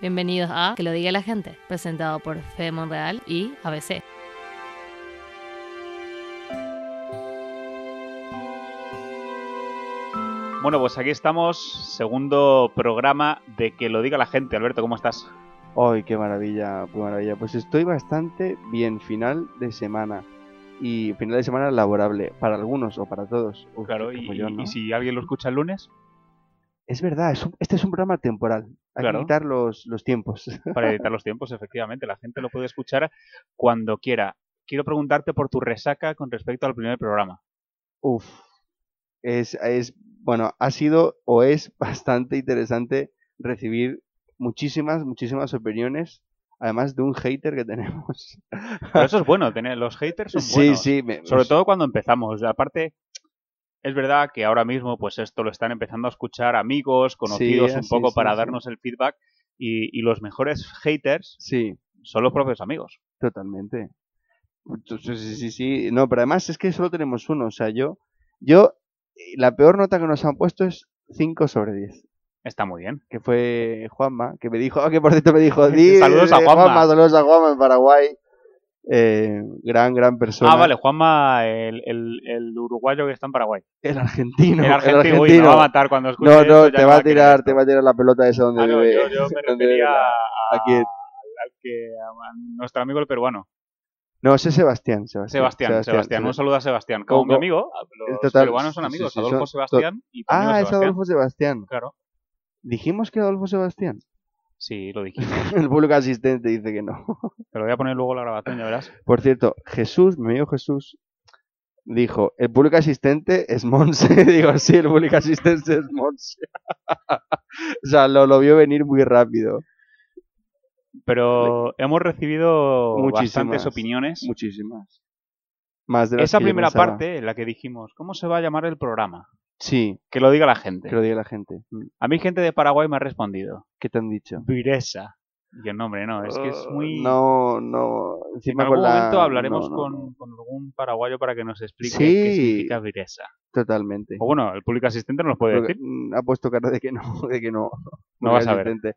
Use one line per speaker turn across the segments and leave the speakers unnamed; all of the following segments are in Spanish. Bienvenidos a Que lo diga la gente, presentado por Fede Monreal y ABC.
Bueno, pues aquí estamos, segundo programa de Que lo diga la gente. Alberto, ¿cómo estás?
¡Ay, qué maravilla! ¡Qué maravilla! Pues estoy bastante bien, final de semana. Y final de semana laborable, para algunos o para todos. Uf,
Claro,
qué
y,
follón, ¿no?
y si alguien lo escucha el lunes,
Es verdad, es un- este es un programa temporal. Hay
Claro.
que quitar los, los tiempos.
para editar los tiempos, efectivamente, la gente lo puede escuchar cuando quiera. Quiero preguntarte por tu resaca con respecto al primer programa.
Uf. Es, es, bueno, ha sido o es bastante interesante recibir muchísimas, muchísimas opiniones. Además de un hater que tenemos.
Pero eso es bueno, tener, los haters son
sí,
buenos.
sí. me-
Sobre todo cuando empezamos. Aparte, es verdad que ahora mismo, pues esto lo están empezando a escuchar amigos, conocidos un
sí,
poco
sí,
para
sí.
darnos el feedback. Y, y los mejores haters
Sí.
son los propios amigos.
Totalmente. Sí, sí, sí, sí. No, pero además es que solo tenemos uno. O sea, yo, yo, eh, la peor nota que nos han puesto es 5 sobre 10.
Está muy bien.
Que fue Juanma, que me dijo, ah, que por cierto me dijo, "Di,
Saludos a
eh,
Juanma".
saludos a Juanma en Paraguay. Eh, gran, gran persona.
Ah, vale, Juanma, el, el- el uruguayo que está en Paraguay.
El argentino.
el argentino, uy, me va a matar cuando escuche
No,
esto,
no,
ya
te
no
va a
querer
tirar,
esto.
te va a tirar la pelota esa donde
Ah, no,
vive.
yo, yo me
donde
refería
vive.
a,
¿A quién?
al que, a nuestro amigo el peruano,
No, ese es Sebastián, Sebastián.
Sebastián. Sebastián, un saludo a Sebastián. Como
Como- Ah,
mi amigo, los
Total,
peruanos son
sí,
amigos,
sí, sí,
Adolfo
son-
Sebastián y tu amigo
Ah, es
Sebastián.
Adolfo Sebastián.
Claro,
Dijimos que era Adolfo Sebastián.
sí, lo dijiste.
El público asistente dice que no.
Te lo voy a poner luego en la grabación, ya verás.
Por cierto, Jesús, mi amigo Jesús, dijo, el público asistente es Monse. Digo, sí, el público asistente es Monse. o sea, lo, lo vio venir muy rápido.
Pero hemos recibido
Muchísimas.
bastantes opiniones.
Muchísimas. Más de las
Esa
que yo
primera
pensaba.
parte en la que dijimos, ¿cómo se va a llamar el programa?
Sí,
Que lo diga la gente.
que lo diga la gente.
A mí gente de Paraguay me ha respondido.
¿Qué te han dicho?
Viresa. Y el nombre, no, es que es muy...
Uh, No, no.
en
Encima
algún
con la-
momento hablaremos
no, no,
con,
no.
con algún paraguayo para que nos explique
Sí.
qué significa Viresa.
Totalmente.
O bueno, el público asistente nos puede
Creo que-
decir.
mm, ha puesto cara de que no, de que
No
no. Porque
vas
es
a ver.
diferente.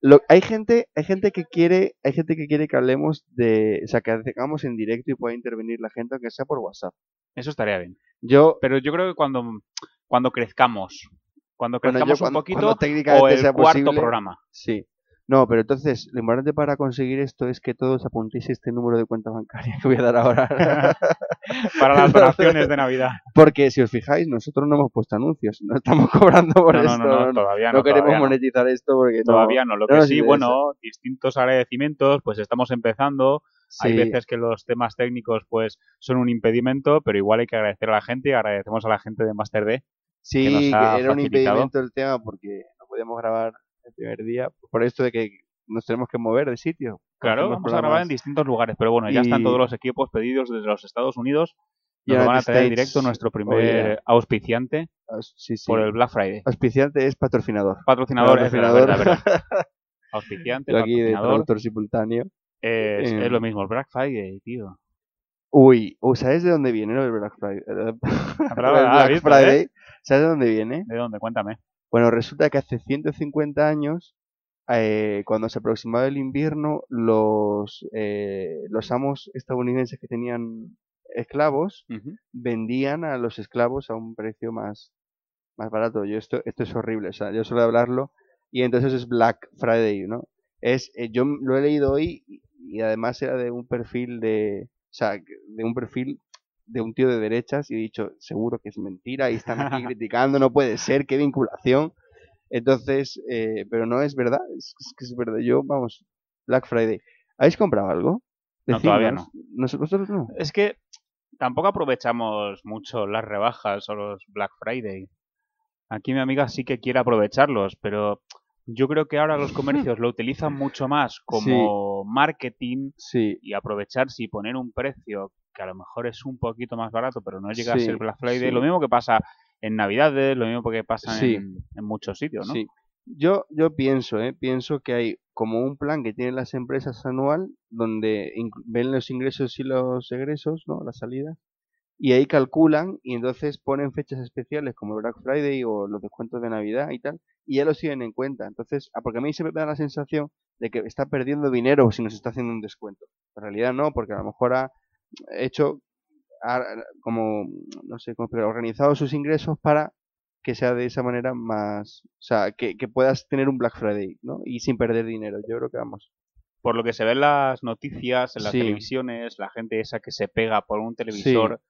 Lo- hay gente, hay gente que quiere, hay gente que quiere que hablemos de, o sea, que hagamos en directo y pueda intervenir la gente aunque sea por WhatsApp.
Eso estaría bien.
Yo,
Pero yo creo que cuando, cuando crezcamos, cuando
bueno,
crezcamos
yo
un
cuando,
poquito,
cuando técnicamente
o el
sea
cuarto
posible,
programa.
Sí. No, pero entonces, lo importante para conseguir esto es que todos apuntéis este número de cuenta bancaria que voy a dar ahora.
Para las donaciones de Navidad.
Porque si os fijáis, nosotros no hemos puesto anuncios, no estamos cobrando por
no, no,
esto.
no, no,
no,
todavía no.
no queremos
todavía no.
monetizar esto porque no-
Todavía no. Lo
no
que
nos
sí,
interesa.
bueno, distintos agradecimientos, pues estamos empezando. Hay
Sí.
veces que los temas técnicos pues son un impedimento, pero igual hay que agradecer a la gente y agradecemos a la gente de Master D
Sí,
nos
que
ha
era un
facilitado.
impedimento el tema porque no podíamos grabar el primer día por esto de que nos tenemos que mover de sitio.
Claro,
Hacemos
vamos a grabar
programas.
en distintos lugares, pero bueno, ya están
Y-
todos los equipos pedidos desde los Estados Unidos. Nos
United
van a traer en
States.
directo nuestro primer
Oh, yeah.
auspiciante
Ah, Sí, sí.
por el Black Friday.
Auspiciante es patrocinador.
Patrocinador, es verdad,
Patrocinador.
verdad, verdad. Auspiciante,
Yo aquí de
patrocinador.
traductor simultáneo.
eh, es,
eh,
es lo mismo, el Black Friday, tío.
Uy, uh, ¿sabes de dónde viene el Black Friday? El
palabra, ah,
Black
¿viste,
Friday. ¿Sabes de dónde viene?
¿De dónde? Cuéntame.
Bueno, resulta que hace 150 años, eh, cuando se aproximaba el invierno, los, eh, los amos estadounidenses que tenían esclavos
Ujú.
vendían a los esclavos a un precio más, más barato. Yo esto, esto es horrible, o sea, yo suelo hablarlo y entonces es Black Friday, ¿no? Es, eh, yo lo he leído hoy y- y además era de un perfil de, o sea, que- de un perfil de un tío de derechas y he dicho, seguro que es mentira y están aquí criticando, no puede ser, qué vinculación. Entonces, eh, pero no es verdad, es, es que es verdad. Yo, vamos, Black Friday. ¿Habéis comprado algo?
No, todavía
Decidnos. Nos- Nosotros no.
Es que tampoco aprovechamos mucho las rebajas o los Black Friday. Aquí mi amiga sí que quiere aprovecharlos, pero yo creo que ahora los comercios lo utilizan mucho más como marketing
Sí,
y aprovecharse y poner un precio que a lo mejor es un poquito más barato, pero no llega a
Sí,
ser Black Friday.
sí.
Lo mismo que pasa en Navidades, lo mismo que pasa
Sí.
en, en muchos sitios, ¿no?
Sí. Yo, yo pienso, ¿eh? pienso que hay como un plan que tienen las empresas anual donde inclu- ven los ingresos y los egresos, ¿no? Las salidas. y ahí calculan y entonces ponen fechas especiales como el Black Friday o los descuentos de Navidad y tal, y ya los tienen en cuenta. Entonces, ah, porque a mí siempre me da la sensación de que está perdiendo dinero si nos está haciendo un descuento. En realidad no, porque a lo mejor ha hecho, ha- como, no sé, cómo explicar, organizado sus ingresos para que sea de esa manera más, o sea, que, que puedas tener un Black Friday, ¿no? Y sin perder dinero, yo creo que vamos.
Por lo que se ve en las noticias, en las
Sí.
televisiones, la gente esa que se pega por un televisor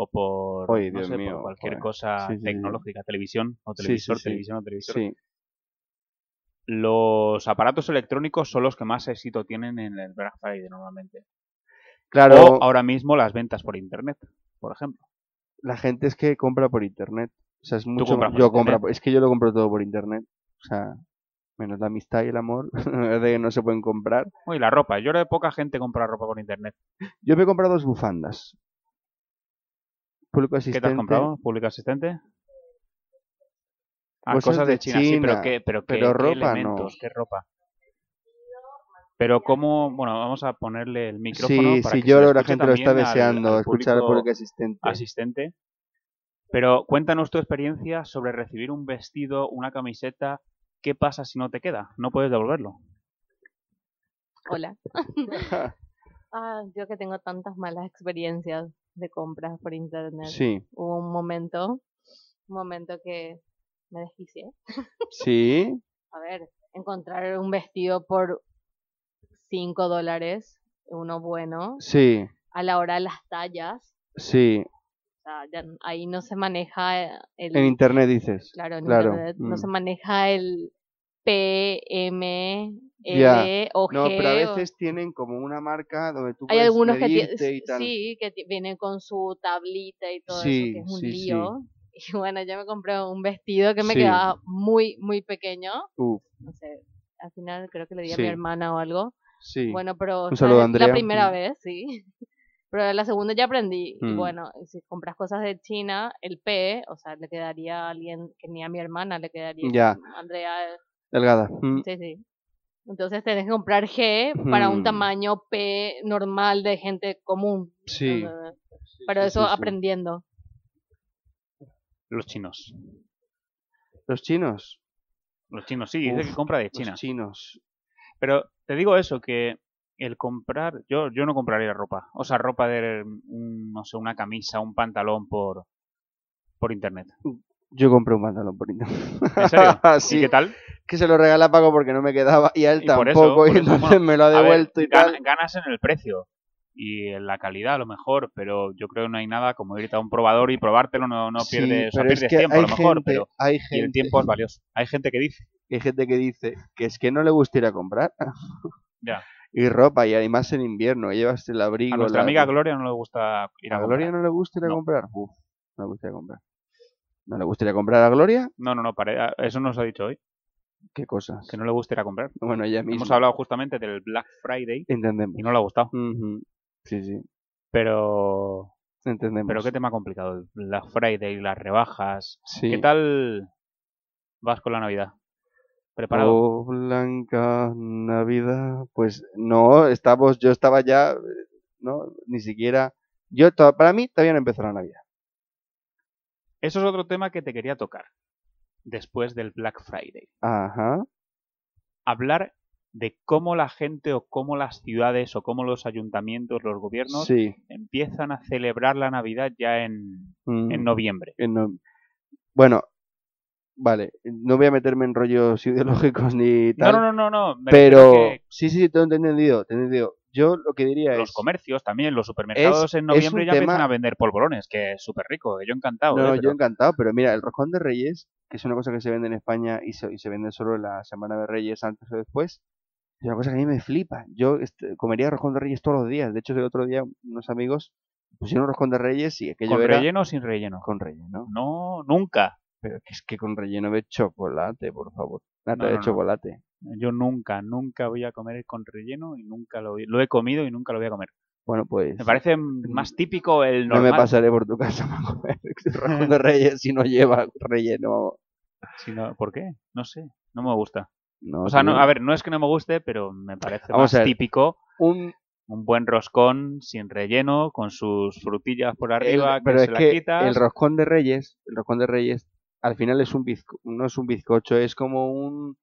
o por,
Oye,
no
Dios
sé, por
mío,
cualquier
joder.
cosa
Sí, sí, sí.
tecnológica, televisión o
Sí, sí,
televisor,
sí.
televisión o televisor.
Sí,
Los aparatos electrónicos son los que más éxito tienen en el Black Friday normalmente.
claro.
O ahora mismo las ventas por internet, por ejemplo.
la gente es que compra por internet. O sea, es mucho
compras por
yo
internet.
compra, es que yo lo compro todo por internet. O sea, menos la amistad y el amor de que no se pueden comprar.
Uy, la ropa. Yo creo que poca gente compra ropa por internet.
Yo me he comprado dos bufandas. Público
¿Qué
asistente.
te has comprado? ¿Público asistente? Ah,
Cosas
cosas de
de
China, sí, pero
China,
qué, pero qué,
pero
qué
ropa no.
elementos, qué ropa. Pero cómo, bueno, vamos a ponerle el micrófono
sí,
para
sí,
que
yo
se
creo que la
escuche
gente lo está
también al-
deseando,
al
escuchar al
público
público asistente.
asistente. Pero cuéntanos tu experiencia sobre recibir un vestido, una camiseta. ¿Qué pasa si no te queda? No puedes devolverlo.
Hola. Ah, yo que tengo tantas malas experiencias de compras por internet.
sí,
Hubo un momento, un momento que me desquicié.
sí.
A ver, encontrar un vestido por 5 dólares, uno bueno,
Sí,
a la hora de las tallas.
sí.
O sea, ya n- ahí no se maneja eh, el...
En internet dices.
claro, en
claro,
internet no se
mm.
maneja el P, M, L,
Ya.
o
No, pero a
G, o-
veces tienen como una marca donde tú
Hay
puedes
algunos que tie-
medirte y tal.
sí, que ti- vienen con su tablita y todo
Sí,
eso, que es un
sí, sí.
lío. Y bueno, yo me compré un vestido que me
Sí.
quedaba muy, muy pequeño.
Uf,
No sé, al final creo que le di a
Sí.
mi hermana o algo.
sí.
Bueno, pero
Un
no
saludo,
es
Andrea.
la primera
Mm.
vez, sí. Pero la segunda ya aprendí. Y
Mm.
bueno, si compras cosas de China, el P, o sea, le quedaría a alguien, que ni a mi hermana le quedaría.
Ya.
Andrea,
Delgada. mm.
Sí, sí. Entonces tenés que comprar G para
Hmm.
un tamaño P normal de gente común.
Sí.
¿entendés? Pero
sí,
eso
sí, sí.
aprendiendo.
Los chinos.
Los chinos.
Los chinos, sí, dice
Uf,
que compra de China.
Los chinos.
Pero te digo eso, que el comprar, yo, yo no compraría ropa. O sea, ropa de, un- no sé, una camisa, un pantalón por, por internet.
Yo compré un pantalón por internet. Ah,
¿En serio?
Sí,
¿Y qué tal?
que se lo regalé a Paco porque no me quedaba y a él
Y por eso,
tampoco
por
y
eso,
entonces
bueno,
me lo ha
A ver,
devuelto y
gana-
tal.
ganas en el precio y en la calidad a lo mejor, pero yo creo que no hay nada como irte a un probador y probártelo, no, no
Sí,
pierdes, o sea,
pero
pierdes
es que
tiempo a
hay
lo mejor,
gente-
pero
hay
y el
gente,
tiempo es valioso. Hay gente que dice,
hay gente que dice que es que no le gusta ir a comprar.
Ya.
Y ropa y además en invierno, llevas el abrigo.
a nuestra
la-
amiga Gloria no le gusta ir a, comprar.
¿A Gloria no le gusta ir a
No.
comprar. Uf, no le gusta ir a comprar. ¿No le gustaría comprar a Gloria?
No, no, no, para, eso nos ha dicho hoy,
¿Qué cosas?
que no le gusta ir a comprar.
Bueno, ella misma.
Hemos hablado justamente del Black Friday
Entendemos.
y no le ha gustado.
Ujú. Sí, sí.
Pero,
Entendemos.
pero qué tema complicado. el Black Friday, las rebajas.
Sí.
¿Qué tal vas con la Navidad? ¿Preparado?
Oh, blanca Navidad. Pues no, estamos, yo estaba ya, eh, no, ni siquiera. Yo to- para mí todavía no empezó la Navidad.
Eso es otro tema que te quería tocar después del Black Friday.
Ajá.
Hablar de cómo la gente o cómo las ciudades o cómo los ayuntamientos, los gobiernos
Sí.
empiezan a celebrar la Navidad ya en,
Mm,
en noviembre.
en no- Bueno, vale, no voy a meterme en rollos ideológicos ni
No,
tal.
no, no, no, no. me
pero
refiero que
sí, sí, sí, todo entendido, te he entendido. Yo lo que diría
los
es.
comercios también, los supermercados en noviembre
un
ya empiezan
tema-
a vender polvorones, que es súper rico. Yo encantado.
No,
eh,
no,
pero-
yo encantado, pero mira, el roscón de Reyes, que es una cosa que se vende en España y se, y se vende solo en la Semana de Reyes antes o después, es una cosa que a mí me flipa. Yo este, comería roscón de Reyes todos los días. De hecho, el otro día unos amigos pusieron roscón de Reyes y aquello
¿Con
era
relleno o sin relleno?
con relleno.
No, nunca.
Pero que es que con relleno de chocolate, por favor. Nata
No,
de
no, no.
chocolate.
Yo nunca, nunca voy a comer con relleno y nunca lo, lo he comido y nunca lo voy a comer.
Bueno, pues
Me parece más típico el
no
normal.
me pasaré por tu casa a comer roscón de Reyes si no lleva relleno.
sino- ¿Por qué? No sé. No me gusta.
Pues No,
O sea, no-
tío.
a ver, no es que no me guste, pero me parece
Vamos a
más
ver.
típico
un,
un buen roscón sin relleno, con sus frutillas por arriba,
El- pero
que
es
se las
que
quitas.
el roscón de Reyes, el roscón de Reyes, al final es un bizco- no es un bizcocho, es como un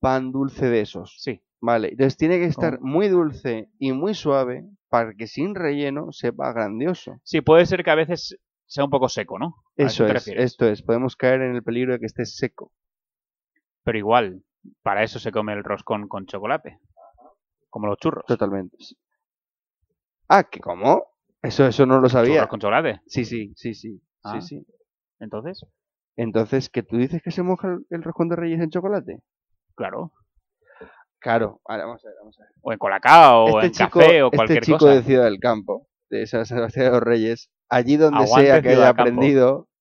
pan dulce de esos.
Sí,
Vale, entonces tiene que estar
Como-
muy dulce y muy suave para que sin relleno sepa grandioso.
sí, puede ser que a veces sea un poco seco, ¿no? ¿A
Eso
te
es,
refieres?
esto es, podemos caer en el peligro de que esté seco.
Pero igual, para eso se come el roscón con chocolate. Como los churros.
Totalmente. sí. Ah, ¿que cómo? Eso, eso no lo sabía.
Churros con chocolate.
Sí, sí, sí, sí.
Ah.
sí, sí.
Entonces,
Entonces, ¿que tú dices que se moja el, el roscón de Reyes en chocolate?
claro.
Claro. Ahora, vamos a ver, vamos a ver.
O en colacao, o
este
en
chico,
café, o
este
cualquier
chico
cosa.
de Ciudad del Campo, de San Sebastián de los Reyes, allí donde
Aguante
sea que
Ciudad
haya
del Campo.
aprendido...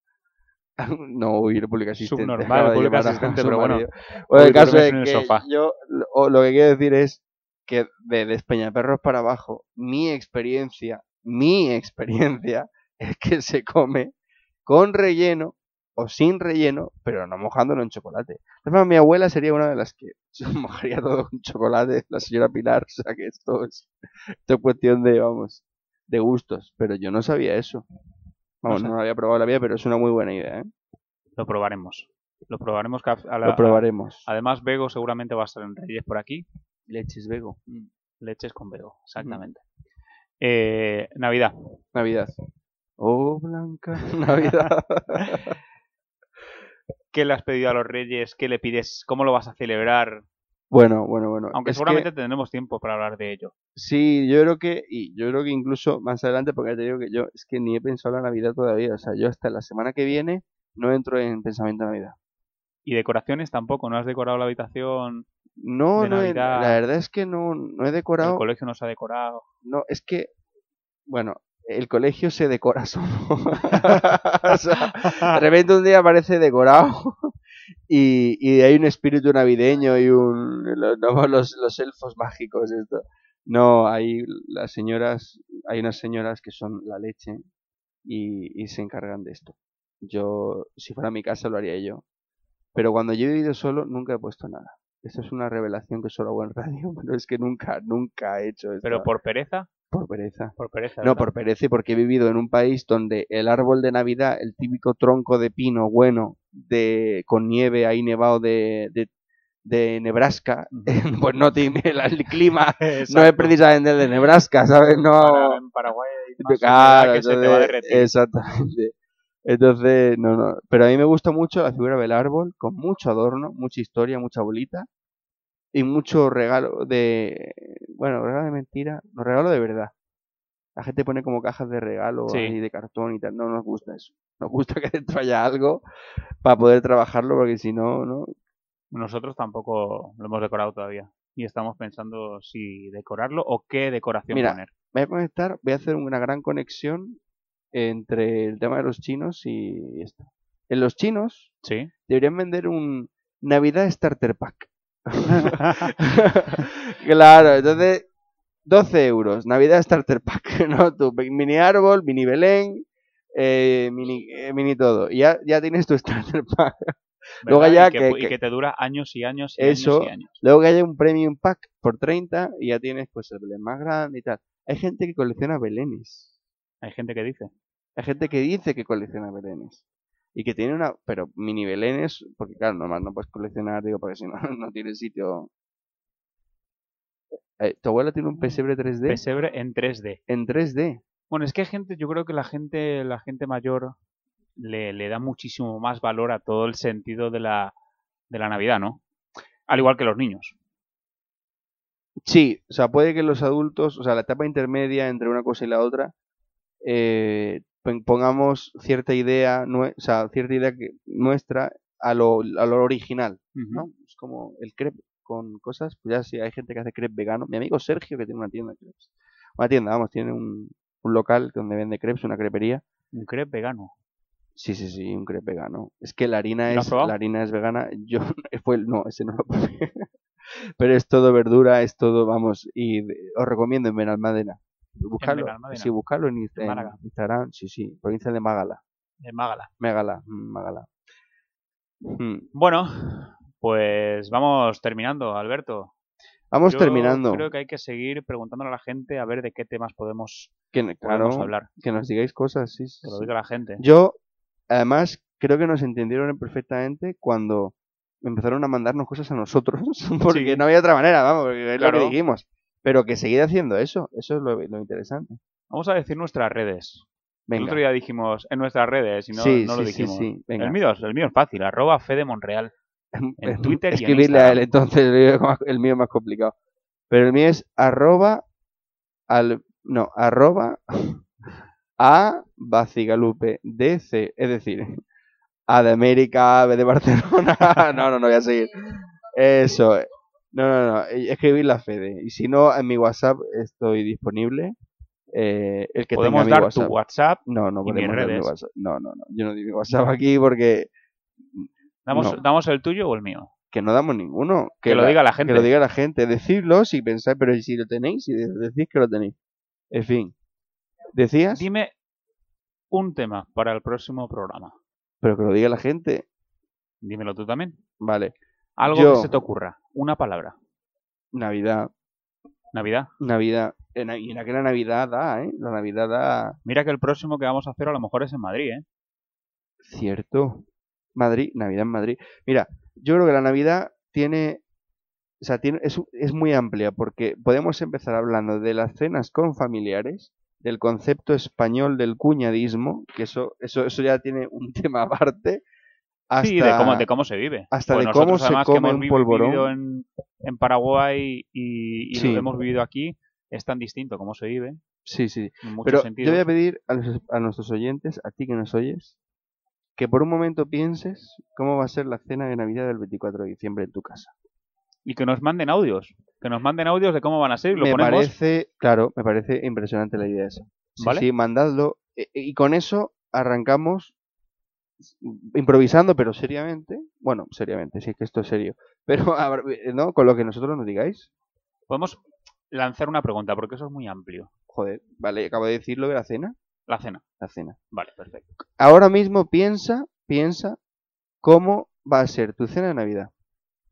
No, uy, República Asistente.
Subnormal,
acaba de
República
llamar a
Asistente,
su
pero bueno.
marido. Bueno, el
Hoy
caso
duermes
es
en el
que
sofá.
yo lo, o lo que quiero decir es que de Despeñaperros para abajo, mi experiencia, mi experiencia es que se come con relleno o sin relleno, pero no mojándolo en chocolate. Además, mi abuela sería una de las que se mojaría todo con chocolate, la señora Pilar, o sea que esto es, esto es cuestión de, vamos, de gustos, pero yo no sabía eso. Vamos,
No
no,
sé.
lo había probado en la vida, pero es una muy buena idea, ¿eh?
Lo probaremos. Lo probaremos. que a- a la-
Lo probaremos.
Además, Vego seguramente va a estar en Reyes por aquí.
Leches Vego.
Leches con Vego, exactamente.
Mm.
Eh, Navidad.
Navidad. Oh, Blanca, Navidad.
¿Qué le has pedido a los Reyes? ¿Qué le pides? ¿Cómo lo vas a celebrar?
bueno, bueno, bueno.
Aunque
Es que
seguramente tendremos tiempo para hablar de ello.
sí, yo creo que, y yo creo que incluso más adelante, porque ya te digo que yo es que ni he pensado en la Navidad todavía. O sea, yo hasta la semana que viene no entro en pensamiento de Navidad.
Y decoraciones tampoco. No has decorado la habitación.
No,
De
no, he-
Navidad.
la verdad es que no, no he
El
decorado.
colegio no se ha decorado.
No, es que, bueno, el colegio se decora solo. O sea, de repente un día aparece decorado y, y hay un espíritu navideño y un lo- no, los, los elfos mágicos esto. No, hay las señoras, hay unas señoras que son la leche y, y se encargan de esto. Yo, si fuera mi casa, lo haría yo. Pero cuando yo he vivido solo, nunca he puesto nada. Esto es una revelación que solo hago en radio, pero es que nunca, nunca he hecho esto.
Pero por pereza.
por pereza.
Por pereza.
No,
¿verdad?
por pereza y porque he vivido en un país donde el árbol de Navidad, el típico tronco de pino bueno, de con nieve ahí nevado de, de, de Nebraska,
Ujú.
pues no tiene el, el clima, no es
Exacto.
precisamente el de Nebraska, ¿sabes?
Para-
No,
en Paraguay hay más humedad
claro,
que se te va a
entonces,
derretir.
exactamente. Entonces, no, no. Pero a mí me gusta mucho la figura del árbol, con mucho adorno, mucha historia, mucha bolita y mucho regalo de, bueno, regalo de mentira, no regalo de verdad. La gente pone como cajas de regalo
Sí.
ahí de cartón y tal. No nos gusta eso. Nos gusta que dentro haya algo para poder trabajarlo, porque si no, no.
Nosotros tampoco lo hemos decorado todavía. Y estamos pensando si decorarlo o qué decoración
Mira,
poner.
Me voy a conectar, voy a hacer una gran conexión entre el tema de los chinos y esto. En los chinos
Sí.
deberían vender un Navidad Starter Pack. claro, entonces 12 euros, Navidad Starter Pack, ¿no? Tu pe- mini árbol, mini Belén, eh, mini, eh, mini todo. Y ya, ya tienes tu Starter Pack. Luego
¿Verdad?
ya
y que,
que-
pu- y
que-
que te dura años y años y
Eso.
años y años.
Luego que haya un Premium Pack por 30 y ya tienes pues el Belén más grande y tal. Hay gente que colecciona Belenes.
Hay gente que dice.
Hay gente que dice que colecciona Belenes. Y que tiene una... Pero mini Belenes, porque claro, normal no puedes coleccionar, digo, porque si no, no tienes sitio... Eh, tu abuela tiene un pesebre 3D
Pesebre en 3D.
en 3D.
Bueno, es que hay gente, yo creo que la gente, la gente mayor le, le da muchísimo más valor a todo el sentido de la, de la Navidad, ¿no? Al igual que los niños.
Sí, o sea, puede que los adultos, o sea, la etapa intermedia entre una cosa y la otra, eh, pon- pongamos cierta idea, nue- o sea, cierta idea que, nuestra a lo, a lo original,
Ujú.
¿no? Es como el crepe con cosas, pues ya si hay gente que hace crepe vegano. Mi amigo Sergio, que tiene una tienda de crepes, una tienda, vamos, tiene un, un local donde vende crepes, una crepería.
Un crepe vegano.
Sí, sí, sí, un crepe vegano. Es que la harina
¿Lo has
es,
probado?
la harina es vegana. Yo fue el- no, ese no lo probé. Pero es todo verdura, es todo, vamos, y de- os recomiendo en Benalmádena. Buscarlo,
Benalmádena.
sí, buscarlo en, Inst-
En
en
Málaga.
Instagram, sí, sí, provincia de Mágala,
De Mágala.
Megala, mm, Mágala. Mm,
Bueno, pues vamos terminando, Alberto.
Vamos
Yo
terminando.
Creo que hay que seguir preguntando a la gente a ver de qué temas podemos,
Que,
podemos
claro,
hablar.
que nos digáis cosas, sí, sí,
Que lo
sí.
diga la gente.
Yo, además, creo que nos entendieron perfectamente cuando empezaron a mandarnos cosas a nosotros, porque
Sí.
no había otra manera, vamos, porque es lo
Claro.
que dijimos. Pero que seguir haciendo eso, eso es lo, lo interesante.
Vamos a decir nuestras redes. El
Venga.
otro día dijimos en nuestras redes y no,
sí,
no
sí,
lo
sí,
dijimos.
sí, venga.
El mío, es- el mío es fácil, arroba Fede Monreal. en Twitter y en
Escribirle a él,
Instagram.
entonces el mío, es más- el mío es más complicado. Pero el mío es arroba al no, arroba a Bacigalupe DC, es decir, A de América, B de Barcelona. No, no, no voy a seguir. Eso. No, no, no. Escribir la Fede. Y si no, en mi WhatsApp estoy disponible. Eh, el que
Podemos
tenga mi
dar
WhatsApp.
tu WhatsApp.
No, no
y mis
podemos dar mi
redes.
WhatsApp. No, no, no. Yo no di mi WhatsApp aquí porque
¿Damos,
No.
¿Damos el tuyo o el mío?
que no damos ninguno.
Que, lo
la-
diga la gente.
que lo diga la gente. Decidlo si pensáis, pero si lo tenéis, si de- decís que lo tenéis. En fin. ¿Decías?
Dime un tema para el próximo programa.
Pero que lo diga la gente.
Dímelo tú también.
Vale.
Algo
Yo-
que se te ocurra. Una palabra.
Navidad.
Navidad.
Navidad. En, y en aquella Navidad da, ¿eh? La Navidad da.
Mira que el próximo que vamos a hacer a lo mejor es en Madrid, ¿eh?
Cierto. Madrid. Navidad en Madrid. Mira, yo creo que la Navidad tiene. O sea, tiene, es, es muy amplia porque podemos empezar hablando de las cenas con familiares, del concepto español del cuñadismo, que eso, eso, eso ya tiene un tema aparte. Hasta...
Sí, de cómo, de cómo se vive. Pues
hasta de
nosotros,
cómo se
además, que
come
hemos
un
vi-
polvorón.
vivido en, en Paraguay y, y
Sí.
lo hemos vivido aquí, es tan distinto como se vive.
Sí, sí.
En muchos
Pero yo
sentidos.
voy a pedir a, los- a nuestros oyentes, a ti que nos oyes, que por un momento pienses cómo va a ser la cena de Navidad del 24 de diciembre en tu casa.
Y que nos manden audios. Que nos manden audios de cómo van a ser. y Lo
me
ponemos.
parece, claro, me parece impresionante la idea esa. Sí,
¿Vale?
sí, mandadlo. E- e- Y con eso arrancamos improvisando, pero seriamente. Bueno, seriamente, sí que esto es serio. Pero, habrá- ¿no? Con lo que nosotros nos digáis.
Podemos lanzar una pregunta, porque eso es muy amplio.
Joder, vale, acabo de decirlo de la cena.
La cena.
La cena.
Vale, perfecto.
ahora mismo piensa, piensa cómo va a ser tu cena de Navidad.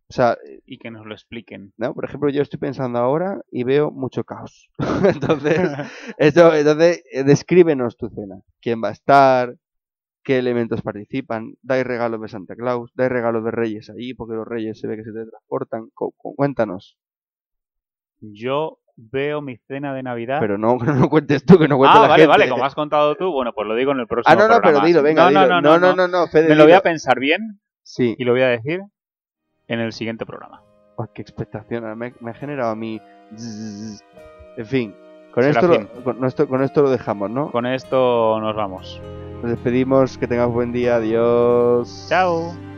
O sea,
Y que nos lo expliquen.
¿no? por ejemplo, yo estoy pensando ahora y veo mucho caos. entonces, esto, entonces, eh, descríbenos tu cena. ¿Quién va a estar? ¿Qué elementos participan? ¿Dais regalos de Santa Claus? ¿Dais regalos de Reyes allí? Porque los Reyes se ve que se transportan. Cu- cu- Cuéntanos.
Yo veo mi cena de Navidad.
Pero no, no cuentes tú, que no cuentes
ah,
la
vale,
gente.
vale, como has contado tú, bueno, pues lo digo en el próximo
Ah, no, no, pero
programa.
dilo, venga,
no,
dilo.
No, no, no,
no, no, Fede,
Me lo voy a
dilo.
pensar bien
Sí.
y lo voy a decir en el siguiente programa.
Uah, qué expectación, me, me ha generado a mí. Zzzz. En fin, con esto,
Serafín.
lo, con, esto, con esto lo dejamos, ¿no?
Con esto nos vamos.
Nos despedimos, que tengas buen día, adiós.
Chao.